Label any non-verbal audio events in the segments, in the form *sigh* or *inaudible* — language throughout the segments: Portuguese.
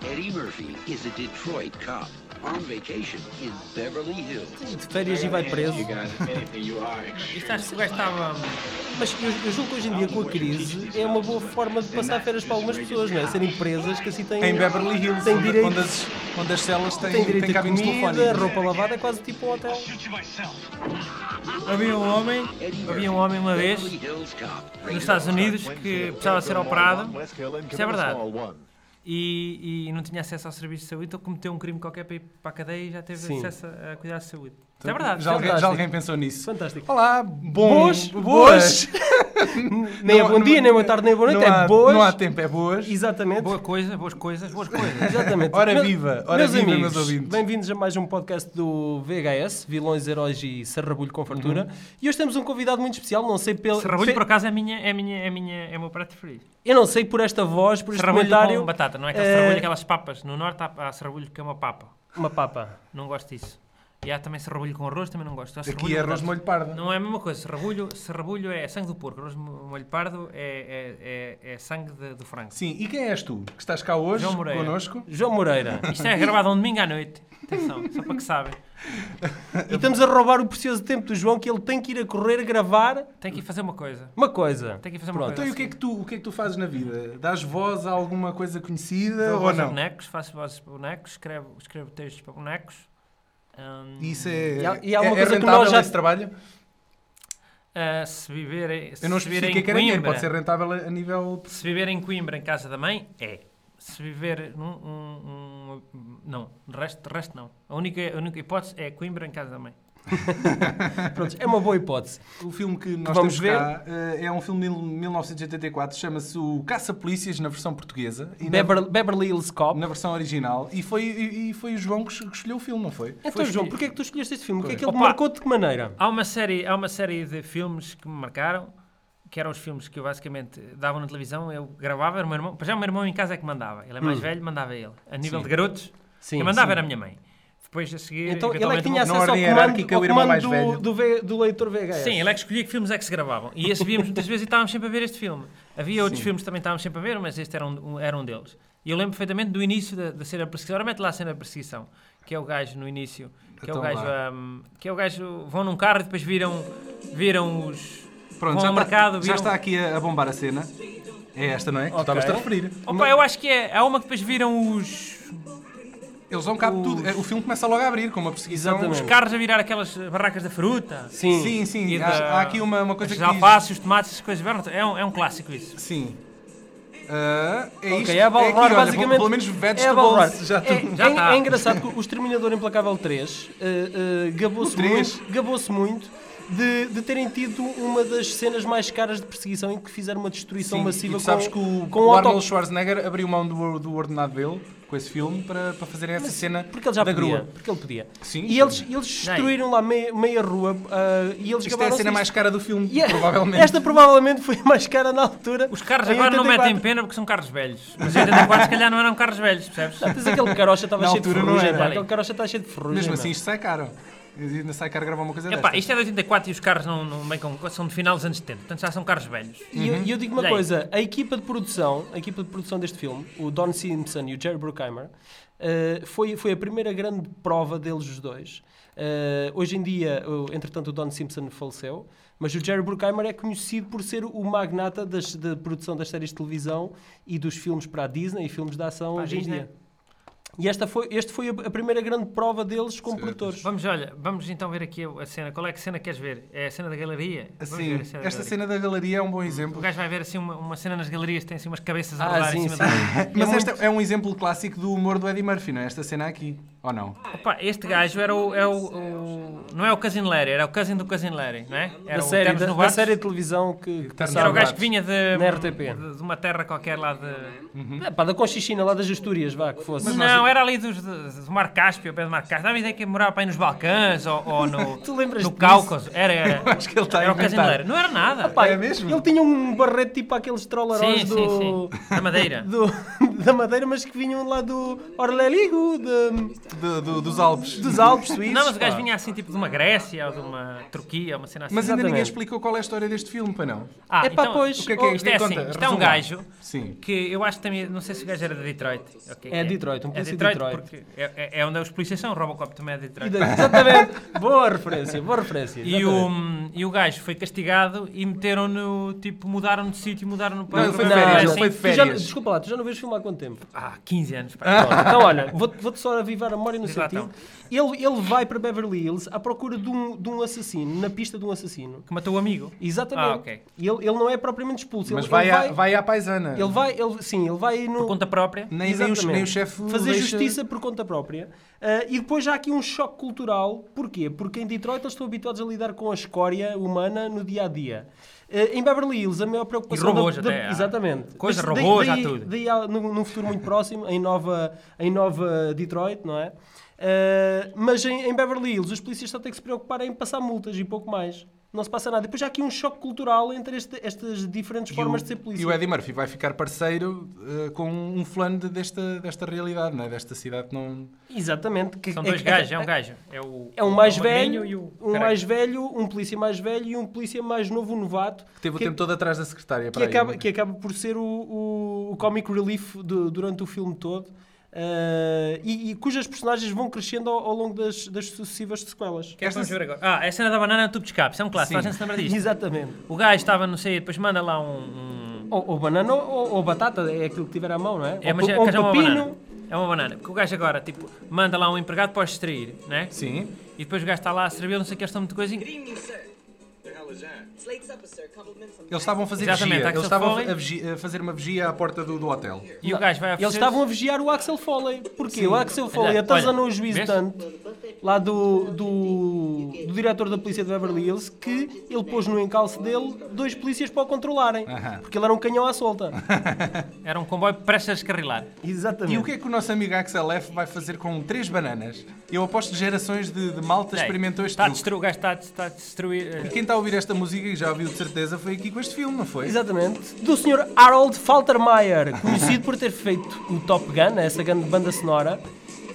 Eddie Murphy is a Detroit cop on vacation in Beverly Hills. De férias e vai preso. Isto acho que o gajo estava. Mas eu, eu julgo que hoje em dia, com a crise, é uma boa forma de passar férias para algumas pessoas, não é? Serem presas que assim têm. Em Beverly Hills, Tem onde, direito- onde as, onde as celas têm, Tem direito têm a cabines comida, telefónicas. roupa lavada, é quase tipo um hotel. Havia um homem, Eddie havia um homem uma vez Beverly Hills cop. nos Estados Unidos que precisava ser operado Isso é verdade. e, e não tinha acesso ao serviço de saúde, então cometeu um crime qualquer para ir para a cadeia e já teve Sim. acesso a, a cuidados de saúde. Isto é verdade. isto é Então, Já alguém, verdade. já alguém pensou nisso? Fantástico. Olá, bom, Boas, boas. Nem é Não- bom dia, não- nem boa tarde, nem boa noite, não é há- boas. Não há tempo, é boas. Exatamente. Boa coisa, boas coisas, boas *laughs* coisas. Exatamente. Ora Meu- viva, ora meus viva, amigos, meus ouvintes. Bem-vindos a mais um podcast do VHS, Vilões, Heróis e Serrabulho com Fartura. Uhum. E hoje temos um convidado muito especial, não sei pelo. Serrabulho, pe- por acaso, é, minha, é, minha, é, minha, é o meu prato preferido. Eu não sei por esta voz, por este Serrabulho comentário. com batata, não é aquele eh, serrabulho, aquelas papas. No norte há, há serrabulho que é uma papa. Uma papa. Não gosto disso. E há também serrabulho com arroz, também não gosto. Há Aqui serrabulho é com arroz de batata. molho pardo. Não é a mesma coisa. Serrabulho, serrabulho é sangue do porco. Arroz de molho pardo é, é, é, é sangue de- do frango. Sim, e quem és tu que estás cá hoje João Moreira. connosco? João Moreira. Isto é gravado um domingo à noite. Atenção, só para que sabem. e estamos a roubar o precioso tempo do João, que ele tem que ir a correr a gravar Tenho que ir fazer uma coisa. uma coisa. Tenho que ir fazer uma Pronto. Então, coisa. e o que, é que tu, o que é que tu fazes na vida? Dás voz a alguma coisa conhecida Dou É ou voz a não? bonecos, faço vozes para bonecos, escrevo, escrevo textos para bonecos. Hum, E Isso é, E há- e é, há uma é coisa que rentável nós já- esse trabalho? ah, se viver em, se Eu não viver em especifiquei que era dinheiro, Coimbra, pode ser rentável a, a nível... se viver em Coimbra, em casa da mãe, é. Se viver num... um- um- não, de resto, de resto não. A única, a única hipótese é Coimbra em casa da mãe. Pronto, É uma boa hipótese. O filme que nós vamos temos cá eh, é um filme de mil- 1984, chama-se o Caça-Polícias na versão portuguesa e na, Beverly, Beverly Hills Cop. na versão original. E foi, e, e foi o João que es- que escolheu o filme, não foi? Então, Foste- João, porquê é que tu escolheste este filme? O que é que ele te Opa. marcou de que maneira? Há uma, série, há uma série de filmes que me marcaram, que eram os filmes que eu basicamente dava na televisão, eu gravava, era o meu irmão, para já o meu irmão em casa é que mandava. Ele é mais velho, mandava ele. A nível de garotos, Hum. Sim, quem mandava sim. era a minha mãe. Depois a seguir... Então ele é que eventualmente, tinha não- acesso ao ordem comando, hierárquica, ao o irmão comando mais do, velho. do, ve- do leitor VHS. Sim, ele é que escolhia que filmes é que se gravavam. E esse víamos muitas vezes e estávamos sempre a ver este filme. Havia outros filmes que também estávamos sempre a ver, mas este era um, um- era um deles. E eu lembro perfeitamente do início da, da cena da perseguição. Ora, mete lá a cena da perseguição, que é o gajo no início. Que é o Então gajo. vá. hum, que é o gajo. Vão num carro e depois viram, viram os. Pronto, vão já, ao está- mercado, já viram. está aqui a, a bombar a cena. É esta, não é? Tu estavas-te a referir. Opa, eu acho que é. Há uma que depois viram os. Eles vão cabo tudo. É, O filme começa logo a abrir com uma perseguição. Exatamente. os carros a virar aquelas barracas da fruta. Sim. Hum. Sim, sim. E Há, da- há aqui uma, uma coisa Os que diz- alfaces, os tomates, as coisas. É um, é um clássico isso. Sim. Ah, é isto. Ok, é a aqui, Balroar, olha, basicamente. Pelo menos é a vegetables. Balroar. já é, tu- já é- tá. é engraçado que o Exterminador Implacável 3 eh, eh, gabou-se O três? muito, gabou-se muito de, de terem tido uma das cenas mais caras de perseguição em que fizeram uma destruição Sim, massiva e tu sabes com, que o, com o um auto- Arnold Schwarzenegger abriu mão do, do ordenado dele com esse filme para, para fazerem essa cena Porque ele já da podia. grua. Porque ele podia. Sim, e sim. eles, eles destruíram lá meia, meia rua ah, e eles Isto é a gabaram-se cena disto. mais cara do *laughs* filme, E a- provavelmente. Esta provavelmente foi a mais cara na altura. Os carros em agora não 84. metem pena porque são carros velhos. Mas em 84 se calhar não eram carros velhos, percebes? Mas aquele carocha estava Na cheio de altura não ferrugem, era. pá. Aquele carocha está cheio de ferrugem. Mesmo meu. assim, isto sai caro. Ainda sai caro gravar uma coisa Epá, desta. isto é de 84 e os carros não, não bem com, são de final dos anos 70, portanto já são carros velhos. E eu, e eu digo uma Olha aí. coisa, a equipa de produção, a equipa de produção deste filme, o Don Simpson e o Jerry Bruckheimer, eh, foi, foi a primeira grande prova deles os dois. Eh, hoje em dia, o- entretanto, o Don Simpson faleceu, mas o Jerry Bruckheimer é conhecido por ser o magnata das- da produção das séries de televisão e dos filmes para a Disney e filmes de ação Para a hoje em Disney. dia. E esta foi, este foi a, a primeira grande prova deles como produtores. Vamos, olha, vamos então ver aqui a cena. Qual é que cena queres ver? É a cena da galeria? Vamos Assim, ver a cena da esta galeria. cena da galeria é um bom O exemplo. gajo vai ver assim uma, uma cena nas galerias, tem assim umas cabeças a Ah, rodar sim, em cima sim. da... Mas esta é um exemplo clássico do humor do Eddie Murphy, não é? Esta cena aqui. Ou não? Opa, este gajo era o, é o, o- Não é o Cousin Larry, era o Cousin do Cousin Larry, não é? Era Da o série, Ternos da, da Novatos. série de televisão que, que passava. Era o gajo Novatos. que vinha de, Na RTP. de, de uma terra qualquer lá de... É, pá, da Conchichina, lá das Astúrias, vá, que fosse. Não, era ali dos, do, do Mar Cáspio, ao pé do Mar Cáspio. Dá a ideia que morava para aí nos Balcãs ou, ou no, *laughs* Tu lembras no disso? Cáucaso. *laughs* Era, era. acho que ele está a era o inventar. Casileiro. Não era nada. Pá, É mesmo? Ele tinha um barrete tipo aqueles sim, trolaróis sim, do... *laughs* sim. Da Madeira. do- da Madeira, mas que vinham lá do Orleligo, de- Do- do- dos Alpes. dos Alpes suíços. Não, mas o gajo pá. vinha assim, tipo de uma Grécia ou de uma Turquia, uma cena assim. Mas ainda ninguém Exatamente. explicou qual é a história deste filme, para não. Ah, Epá, então, pois. oh, O que é que é isto é assim, isto é um Resuma. gajo Sim. que eu acho que também, não sei se o gajo era de Detroit. ou o que que É Detroit, um polícia de Detroit. porque é, é- é onde os polícias são, o Robocop também é de E Detroit. da- Exatamente. Boa referência, boa referência. E o, hum, exatamente. e o gajo foi castigado e meteram-no, tipo, mudaram-no de sítio, mudaram-no para Não, outro foi lugar, férias, assim. ele foi tu já- férias. desculpa lá, tu já não vês filme há quanto tempo? Ah, 15 anos, pá. Então, olha, vou- vou-te só avivar a memória no Diz lá, sentido. Ele, ele vai para Beverly Hills à procura de um, de um assassino, na pista de um assassino. Que matou o amigo. Exatamente. Ah, ok. E ele, ele não é propriamente expulso. Mas ele, vai, ele à, vai à paisana. Ele vai, ele, sim, ele vai no. Por conta própria. Nem, nem o, Exatamente. nem o chefe Fazer deixa- justiça por conta própria. Ah, e depois há aqui um choque cultural. Porquê? Porque em Detroit eles estão habituados a lidar com a escória humana no dia a dia. Ah, em Beverly Hills, a maior preocupação. E robôs da- da- até, há. Exatamente. Coisa, Mas daí- robôs, há daí- tudo. Daí há, num, num futuro muito próximo, em Nova, em Nova Detroit, não é? Ah, mas em, em Beverly Hills, os polícias só têm que se preocupar em passar multas e pouco mais. Não se passa nada. Depois há aqui um choque cultural entre este- estas diferentes E o, formas de ser polícia. e o Eddie Murphy vai ficar parceiro eh, com um fulano de- desta, desta realidade, não é? desta cidade que não. Exatamente. que- São dois é- gajos, é um gajo. É o, É um mais o magrinho velho, e o... um careca. é mais velho, um polícia mais velho e um polícia mais novo, um novato, que teve o que, tempo todo atrás da secretária. que para aí, acaba, não é? que acaba por ser o, o, o comic relief do- durante o filme todo eh, e, e cujas personagens vão crescendo ao, ao longo das, das sucessivas sequelas. O que é que vamos ver agora? Ah, é a cena da banana no tubo de escape. Isso é um clássico, assim? a gente se lembra disto. Exatamente. O gajo estava, não sei, depois manda lá um... um- Ou, ou banana ou, ou batata, é aquilo que tiver à mão, não é? É, ou, mas pe- é, ou que é uma banana. pepino. É uma banana. Porque o gajo agora, tipo, manda lá um empregado para os distrair, né? Sim. E depois o gajo está lá a servir, não sei o que, eles estão muito coisinha. Good evening, sir. The hell is that? Slate's up, sir. Compliment from Eles estavam a fazer Exatamente, vigia. Axel Eles estavam Foley. a, vigi- a fazer uma vigia à porta do, do hotel. E o gajo vai Eles oferecer- estavam a vigiar o Axel Foley. Porquê? O Axel Foley é, olha, atazanou o juiz vês? tanto lá do, do, do diretor da polícia de Beverly Hills que ele pôs no encalço dele dois polícias para o controlarem. Aham. Porque ele era um canhão à *laughs* solta. Era um comboio prestes a descarrilar. Exatamente. E o que é que o nosso amigo Axel F vai fazer com três bananas? Eu aposto que gerações de, de malta Ei, experimentou este tá está a destruir, truque. O gajo está a, está a destruir... eh, Quem está a ouvir esta música e já a ouviu de certeza foi aqui com este filme, não foi? Exatamente. Do Sr. Harold Faltermeyer, conhecido por ter feito o Top Gun, essa grande banda sonora,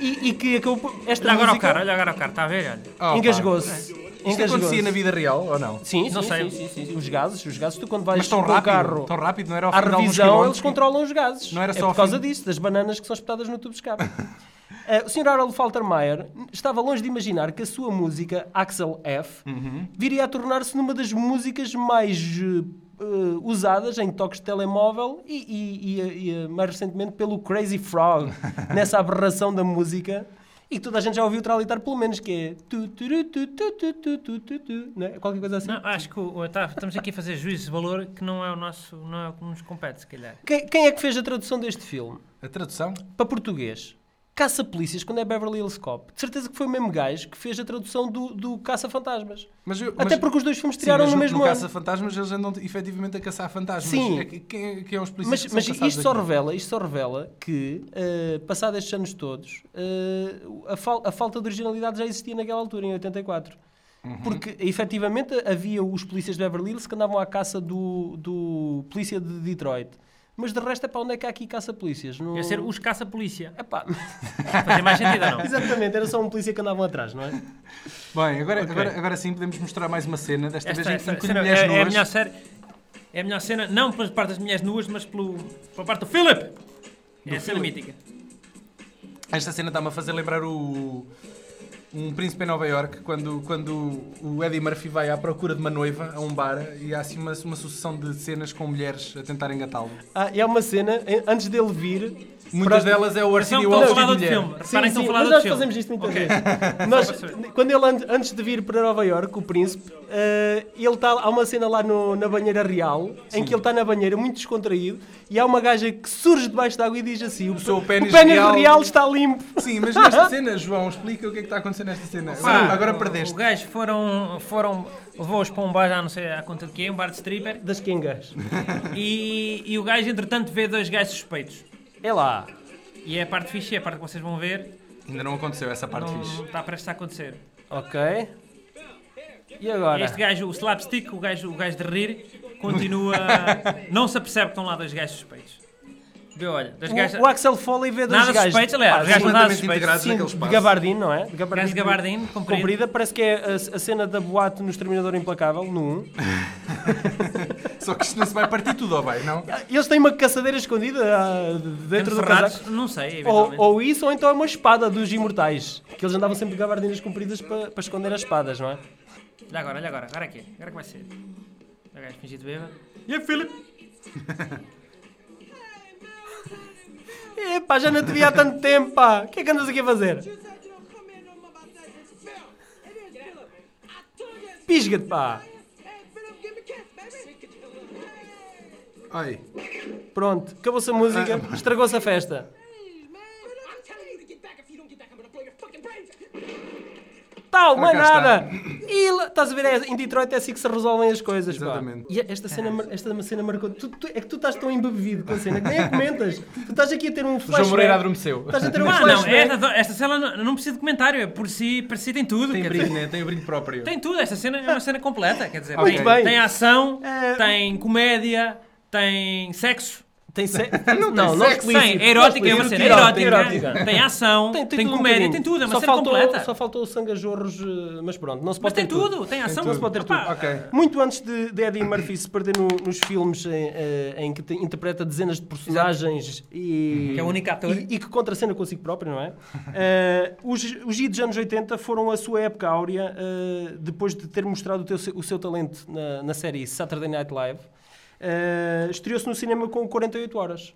e, e que acabou por. Esta Olha agora o música cara, olha agora o cara, está a ver? Olha. Oh, pá. engasgou-se. Isto Engasgou-se. acontecia na vida real ou não? Sim, Não sim, sim, sei. sim, sim, sim. Os gases, os gases, tu quando vais Mas tão com o rápido, carro tão rápido, não era ao à fim de alguns revisão, quilómetros eles que- controlam os gases. Não era é só ao por causa fim- disso, das bananas que são espetadas no tubo de escape. *laughs* Eh, o Sr. Harold Faltermeyer estava longe de imaginar que a sua música, Axel F, Uhum. viria a tornar-se numa das músicas mais eh, eh, usadas em toques de telemóvel e, e- e- e, eh, mais recentemente pelo Crazy *laughs* Frog, nessa aberração da música. E que toda a gente já ouviu tralitar pelo menos, que é... Tu, tu, tu, tu, tu, tu, tu, tu, tu, tu, não é? Qualquer coisa assim. Não, acho que o- o- tá, estamos aqui a fazer juízo de valor que não é o nosso, não é o que nos compete, se calhar. Quem, quem é que fez a tradução deste filme A tradução? para português? Caça Polícias, quando é Beverly Hills Cop. De certeza que foi o mesmo gajo que fez a tradução do, do Caça Fantasmas. Mas eu- Até mas- porque os dois filmes Sim, tiraram mas no mesmo no ano. caça fantasmas eles andam efetivamente a caçar fantasmas. Sim. É que- quem, quem é os polícias Mas, que são mas caçados isto, só aqui? revela, isto só revela que, eh, passados estes anos todos, eh, a, fal- a falta de originalidade já existia naquela altura, em 84. Uhum. Porque, efetivamente, havia os polícias de Beverly Hills que andavam à caça do, do polícia de Detroit. Mas, de resto, é para onde é que há aqui caça-polícias? Não- Ia ser os caça-polícia. Epá, *laughs* Fazia mais sentido *laughs* ou não? Exatamente, era só um polícia que andavam atrás, não é? Bem, agora, agora, agora sim podemos mostrar mais uma cena. Desta Esta, vez esta, em que cena é, mulheres é a nuas. melhor série. É a melhor cena, não pela parte das mulheres nuas, mas pelo, pela parte do Philip! é a cena mítica. Esta cena está-me a fazer lembrar o. Um príncipe em Nova York, quando, quando o Eddie Murphy vai à procura de uma noiva a um bar e há assim uma, uma sucessão de cenas com mulheres a tentar engatá-lo. Ah, e há uma cena, eh, antes dele vir. Muitas para- delas é o Mas não Arsenio estão a Walsh falar de de outro mulher. filme. Sim, Reparem que estão sim, a falar mas de outro nós filme. fazemos isto muitas Ok. *laughs* vezes. Nós, perceber. quando ele an- antes de vir para Nova York, o príncipe, eh, ele está há uma cena lá no- na banheira real, em que ele está na banheira muito descontraído, e há uma gaja que surge debaixo d'água e diz assim: o, seu pénis real... real- está limpo. Sim, mas nesta cena, João, explica o que é que está acontecendo nesta cena. Agora, Pá, agora o- perdeste. O gajo foram, foram levou-os para um bar, já não sei a conta de quê, um bar de stripper, Das quengas. e, e o gajo entretanto vê dois gajos suspeitos. É lá. E é a parte fixe, é a parte que vocês vão ver, Ainda não aconteceu essa parte não fixe. está prestes a acontecer. Ok. E agora? Este gajo, o *laughs* slapstick, o gajo, o gajo de rir, continua. não se apercebe que estão lá dois gajos suspeitos. Vê, olha, das gajas. O, o Axel Foley vê dois Nada gajos. suspeito, aliás, pá, os gajos sim, não nada completamente integrados sim, naquele de espaço. gabardino, não é? De Gajo de gabardino, comprido. comprida. Parece que é a, a cena da boate no Exterminador Implacável, no 1. Só que isto não se vai partir tudo, ou vai, não? Ah, Eles têm uma caçadeira escondida ah, de- dentro do Enferrados? casaco. Não sei, Ou, eventualmente. ou isso, ou então é uma espada dos imortais. Que eles andavam sempre de gabardinas compridas para esconder as espadas, não é? Olha agora, olha agora, agora aqui. Agora é que vai ser. O gajo fingido bêbado. E a Philip? Epá, já não te vi há tanto tempo, pá. O que é que andas aqui a fazer? You said you don't come in on my birthday. It's Phil. It is Philip. I told you it's Pisga-te, pá. Hey, Philip, give me a kiss, baby. Hey, Ai. Pronto, acabou-se a música, estragou-se a festa. man. Philip, I'm telling you to get back. If you don't get back, I'm gonna blow your fucking brains out. Tal, mais cá está. nada. E lá- estás a ver, é- em Detroit é assim que se resolvem as coisas, pá. Exatamente. E esta cena, mar- esta cena marcou... tu- tu- é que tu estás tão embebido com a cena que nem a comentas. Tu estás aqui a ter um flashback. João Moreira adormeceu. Estás a ter um Ah, não, flashback. esta, esta cena não, não precisa de comentário, é por si, por si tem tudo. Tem quer brinco, dizer, né? Tem brinco próprio. tem tudo, esta cena é uma cena completa, quer dizer, Muito tem, bem. tem ação, É, tem comédia, tem sexo, Tem se... Não, tem não sexo, explícito. tem, é erótica, é uma Não cena explícito. erótica, tem ação, tem, tudo um comédia, bocadinho. tem tudo, é uma só cena faltou, completa. Só faltou o Sangajorros, eh, mas pronto, não se Mas pode tem ter tudo, tem ação, Não se pode ter Opá, tudo. Ok. Muito antes de, de Eddie Murphy se perder no- nos filmes em, eh, em que te- interpreta dezenas de personagens e. Que é o único ator. E, e que contracena consigo próprio, *laughs* não é? Eh, os, os hits dos anos 80 foram a sua época áurea eh, depois de ter mostrado o, teu- o seu talento na, na série Saturday Night Live. Eh, Estreou-se no cinema com 48 horas.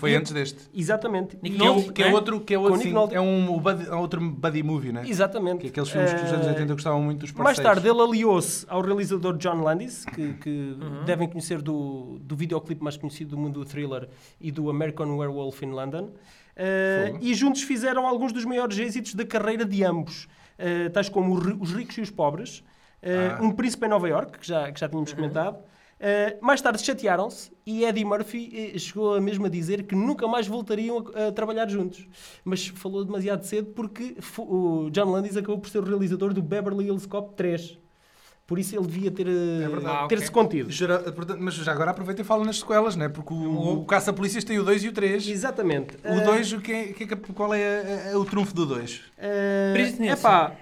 Foi antes deste. Exatamente. Nick E- Que é, Nolte, o- que é né? outro, que é Com outro, o Nick sim, Nolte. é um, o buddy- outro buddy movie, né? Exatamente. Que aqueles filmes que os anos Eh, 80 gostavam muito dos Mais parceiros. tarde ele aliou-se ao realizador John Landis, que, que Uhum. devem conhecer do, do videoclipe mais conhecido do mundo do thriller e do American Werewolf in London. Eh, Fogo. e juntos fizeram alguns dos maiores êxitos da carreira de ambos, eh, tais como o Ri- Os Ricos e os Pobres, eh, Ah. Uhum. Um Príncipe em Nova York, que já, que já tínhamos comentado. Eh, mais tarde chatearam-se e Eddie Murphy eh, chegou a mesmo a dizer que nunca mais voltariam a, a trabalhar juntos. Mas falou demasiado cedo porque fo- o John Landis acabou por ser o realizador do Beverly Hills Cop 3. Por isso ele devia ter, É verdade. Ah, ter se ok. contido. Gera- portanto, mas já agora aproveita e fala nas sequelas, né? Porque o, o Caça-Polícias tem o 2 e o 3. Exatamente. O 2, o que é, que é que- qual é a- a- o trunfo do 2? É Prisoners. pá.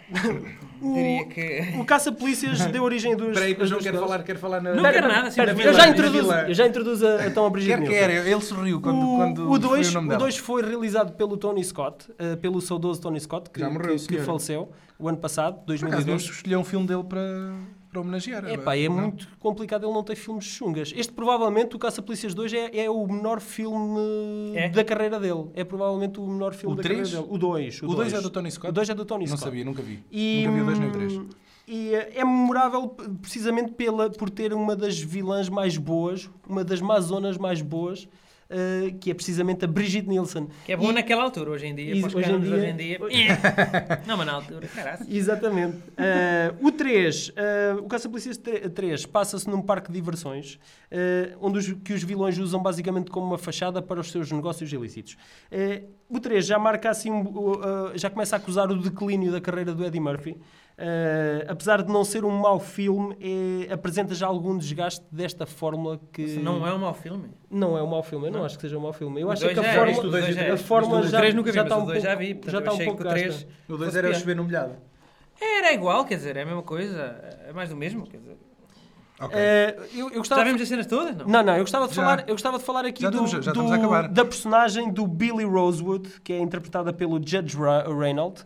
Diria que- *laughs* O, o caça-polícias deu origem a duas. Espera aí que o a João duas quer coisas. falar, quer falar na... Não Pera, quero pera, nada, pera, sim, eu, na já vilã. introduzo, Na vilã. eu já introduzo a, então a Brigitte Nielsen. Quer, quer. Ele sorriu quando, quando o foi o 2 nome dela. foi realizado pelo Tony Scott, eh, pelo saudoso Tony Scott, que, Já morreu, que, que senhor. faleceu o ano passado, Por acaso, não 2012. escolheu um filme dele para, para homenagear. é? Epá, é não? muito complicado ele não ter filmes chungas. Este provavelmente, o Caça Polícias 2, é, é o menor filme É? da carreira dele. É provavelmente o menor filme O da três? carreira dele. O 2. O 2 é do Tony Scott? O 2 é do Tony Não Scott. sabia, nunca vi. E, Nunca vi o 2 nem o 3. hum, E eh, é memorável p- precisamente pela, por ter uma das vilãs mais boas, uma das mazonas mais boas, eh, que é precisamente a Brigitte Nielsen. Que é bom E- naquela altura, hoje em dia, Isso, para os hoje em canos de hoje em dia- dia. *laughs* Não, mas na altura, caralho. Exatamente. Eh, o 3, o Caça-Polícias 3 passa-se num parque de diversões, eh, onde os, que os vilões usam basicamente como uma fachada para os seus negócios ilícitos. Eh, o 3 já marca assim, um- o- eh, já começa a acusar o declínio da carreira do Eddie Murphy. Eh, apesar de não ser um mau filme, eh, apresenta já algum desgaste desta fórmula que Não é um mau filme. não é um mau filme. Eu não, acho que seja um mau filme. Eu O acho é que dois a é, fórmula, isto o dois é. a fórmula O já, três nunca vi, já mas está o um dois já pouco, vi, portanto já eu está um achei pouco que o três- gasta. O 2 era o Fosse chover no molhado. Era igual, quer dizer, é a mesma coisa, é mais do mesmo, quer dizer. Ok. Eh, eu, eu gostava Já de vimos as cenas todas, não? Não, não, eu gostava de Já. falar, eu gostava de falar aqui Já do, estamos- já do- estamos a acabar. da personagem do Billy Rosewood, que é interpretada pelo Judge Ra Reynold.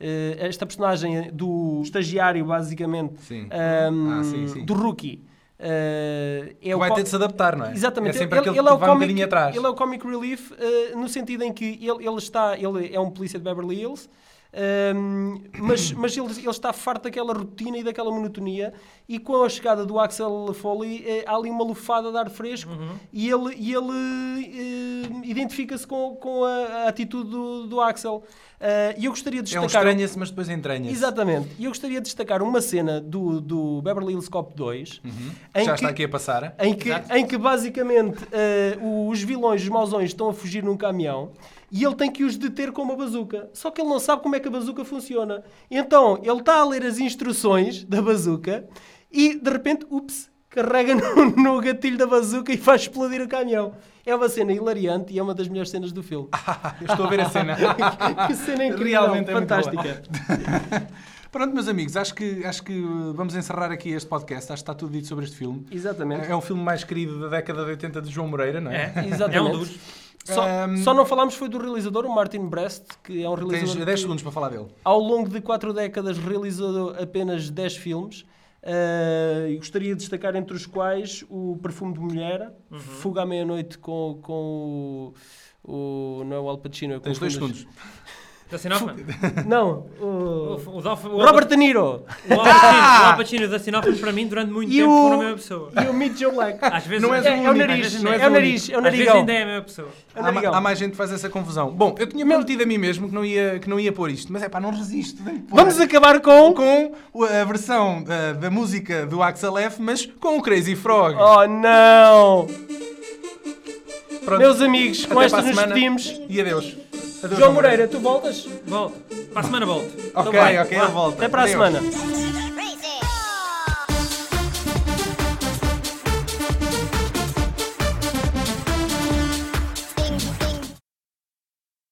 Eh, esta personagem do estagiário, basicamente, Sim. ahm, Ah, sim, sim. do rookie. eh, é o Vai co- ter de se adaptar, não é? Exatamente. É sempre é aquele que o vai um comic, bocadinho atrás. Ele é o comic relief eh, no sentido em que ele, ele está, ele é um polícia de Beverly Hills, ehm, *coughs* mas, mas ele, ele está farto daquela rotina e daquela monotonia e com a chegada do Axel Foley eh, há ali uma lufada de ar fresco Uhum. e ele, e ele eh, identifica-se com, com a, a atitude do, do Axel. Eh, E eu gostaria de É um destacar... estranha-se, mas depois entranha-se. Exatamente. E eu gostaria de destacar uma cena do, do Beverly Hills Cop 2 em Uhum. Já que está aqui a passar. em que, *laughs* em que basicamente eh, os vilões, os mausões, estão a fugir num caminhão e ele tem que os deter com uma bazuca. Só que ele não sabe como é que a bazuca funciona. Então ele está a ler as instruções da bazuca e de repente, ups, carrega *laughs* no, no gatilho da bazuca e faz explodir o caminhão. É uma cena hilariante e é uma das melhores cenas do *laughs* filme. Eu estou a ver a *laughs* cena. que cena incrível, Realmente é muito fantástica. *laughs* Pronto, meus amigos, acho que, acho que uh, vamos encerrar aqui este podcast. Acho que está tudo dito sobre este filme. Exatamente. É o filme mais querido da década de 80 de João Moreira, não é? É, Exatamente. é um dos. Só, Ahm. só não falámos foi do realizador, o Martin Brest, que é um Um- Tens realizador 10 que, segundos para falar dele. ao longo de quatro décadas realizou apenas 10 filmes. eh, e gostaria de destacar entre os quais o Perfume de Mulher, Uhum. Fuga à Meia-Noite com, com o, o. Não é o Al Pacino, é com Tens o 2 Fundas- segundos. Da *laughs* Sinofan. Não, O, o. o, Dolph- o, o Robert De Niro O Al Pacino, o Al Pacino da Sinofan, para mim, durante muito Ah! E tempo, o- foram a mesma pessoa. e o Mitch Black. Às vezes Não és É, é às o único, nariz, vezes não é. és é o o nariz, é o Às vezes narigão. ainda é a mesma pessoa. É o Há, ma- narigão. há mais gente que faz essa confusão. Bom, eu tinha prometido a mim mesmo que não ia, que não ia pôr isto, mas é pá, não resisto. tenho que pôr. Vamos um. acabar com. com o- a versão ah, da música do Axel F, mas com o Crazy Frog. Oh não! Pronto. Meus amigos, com Até esta para a nos semana. pedimos. E adeus. Adeus, João Moreira, tu voltas? Volto. Para a semana volto. Ok, Então vai. ok, eu volto. Até para a Adeus. semana. Thank